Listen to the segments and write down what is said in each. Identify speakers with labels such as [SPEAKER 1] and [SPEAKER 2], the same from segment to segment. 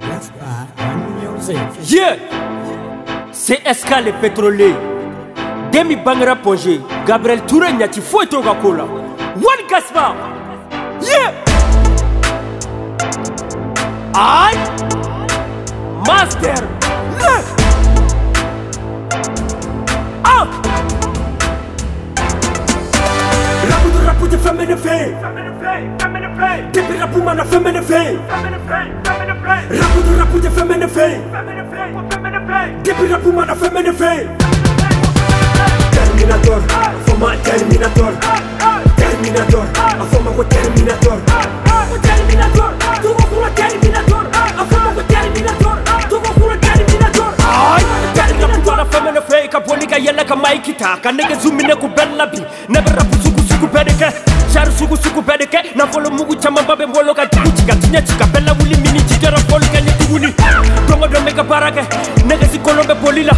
[SPEAKER 1] Rasta Music.
[SPEAKER 2] Yeah! CSK le pétrolier. Demi Bangara Pongé. Gabriel Touré Nyati Foueto Gakola. One Gaspar! Yeah! I Master Le Ah!
[SPEAKER 3] Rapudu rapudu femene fe
[SPEAKER 4] Feminine play, feminine play,
[SPEAKER 3] Tipi rapu mana femene fe
[SPEAKER 4] feminine play, feminine play,
[SPEAKER 3] Rapudu rapudu femene fe
[SPEAKER 4] feminine play, feminine play,
[SPEAKER 3] Tipi rapu mana femene fe
[SPEAKER 4] feminine
[SPEAKER 3] Terminator Afoma Terminator Terminator Afoma ko Terminator Ko Terminator Tuko kura Terminator Afoma ko Terminator Tuko kura Terminator
[SPEAKER 2] Ay! Kapitana femene fe ka boni ka yella ka maiki ta ka nege zumine ku bella bi ne bera bu suku suku bedeke char suku suku bedeke na folo mugu chama babe mbolo ka tugu chika tinya chika bella wuli mini chijara folo ka ni tuguni dongo do meka barake nege si kolombe boli la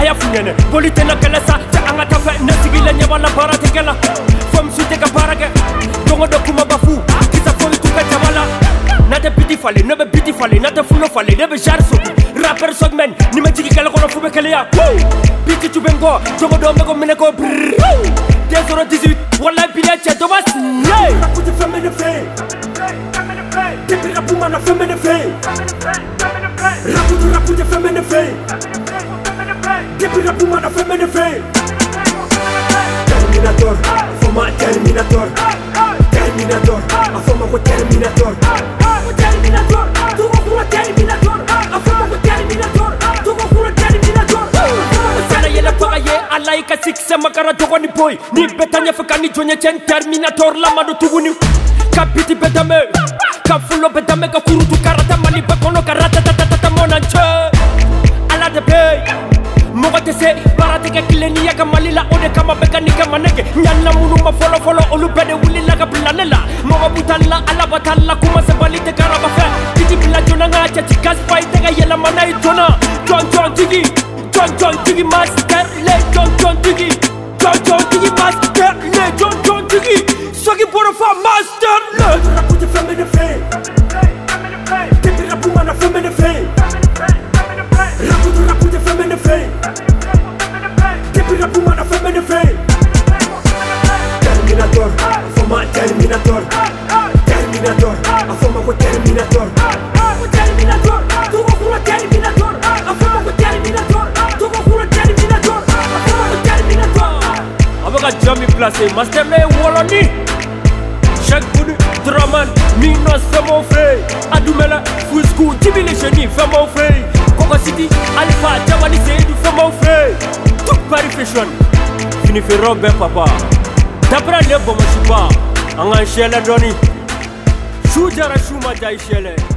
[SPEAKER 2] aya funyene boli tena kala sa ta anga ta fe ne sigila nyabala barate kala fom si te ka barake dongo do kuma bafu kisa folo tu ka jamala nate piti fale ne be biti fale nate fulo fale ne be jari soku rapper sogmen ni ma jigi kɛlɛ kɔnɔ fu be keleya piti cube n kɔ jogo dɔ be ko minɛ ko brr den sɔrɔ 18 wala biliya cɛ dɔ ba siye
[SPEAKER 3] Rapudu femene fe
[SPEAKER 4] play, feminine play,
[SPEAKER 3] Tipi rapu mana femene fe
[SPEAKER 4] feminine play, feminine play,
[SPEAKER 3] Rapudu rapudu femene fe
[SPEAKER 4] feminine play, feminine play,
[SPEAKER 3] Tipi rapu mana femene fe
[SPEAKER 4] feminine play,
[SPEAKER 3] Terminator Afoma Terminator Terminator Afoma ko Terminator Terminator, tu procura Terminator, a fama com Terminator, tu procura Terminator.
[SPEAKER 2] Sara yɛlɛ faga ye ala i ka sikisɛ makara dɔgɔni boy ni bɛ ta ɲɛfɛ ka ni jɔnɲɛ cɛ terminator lamado tuguni ka biti bɛ dame ka fulo bɛ dame ka kurutu karata mali bɛ kɔnɔ ka ratatatatata mɔna cɛ ala de be yen. mɔgɔ tɛ se baara tɛ kɛ kileniya ka mali la o de kama bɛ ka ni kama nɛgɛ ɲanina minnu ma fɔlɔfɔlɔ olu bɛɛ de wulila ka bila ne la mɔgɔ butan la ala batan la kuma sabali tɛ karaba fɛ kiti bila joona ŋa cɛci gaspa i tɛ ka e yɛlɛma n'a ye joona jɔn jɔn tigi John John Tigi Master Le John John Tigi John John Tigi Master Le John John Tigi Soki Borofa Master Le
[SPEAKER 3] Rapu de feminine fei,
[SPEAKER 4] feminine play,
[SPEAKER 3] tipi rapu mana feminine fei,
[SPEAKER 4] feminine play, feminine play,
[SPEAKER 3] rapu de rapu de feminine fei,
[SPEAKER 4] feminine play,
[SPEAKER 3] tipi rapu mana feminine fei.
[SPEAKER 4] feminine
[SPEAKER 3] Terminator, a fama Terminator, Terminator, a fama com Terminator, com Terminator, tu procura Terminator, a fama com Terminator, tu procura Terminator, a fama com Terminator.
[SPEAKER 2] A bɛ ka jɔn min place Master Le ye wɔlɔni Chaque Bouni Draman Minos fɛn m'o fɛ yen Adumɛlɛ Fusku Jibi le génie fɛn m'o fɛ yen Kɔkɔ City Alpha Jabali Seyidu fɛn m'o fɛ yen Tout Paris Fashion Fini feereyɔrɔ bɛɛ papa D'après les Bamashiba an k'an sɛlɛ dɔɔni Su jara su ma ja i sɛlɛ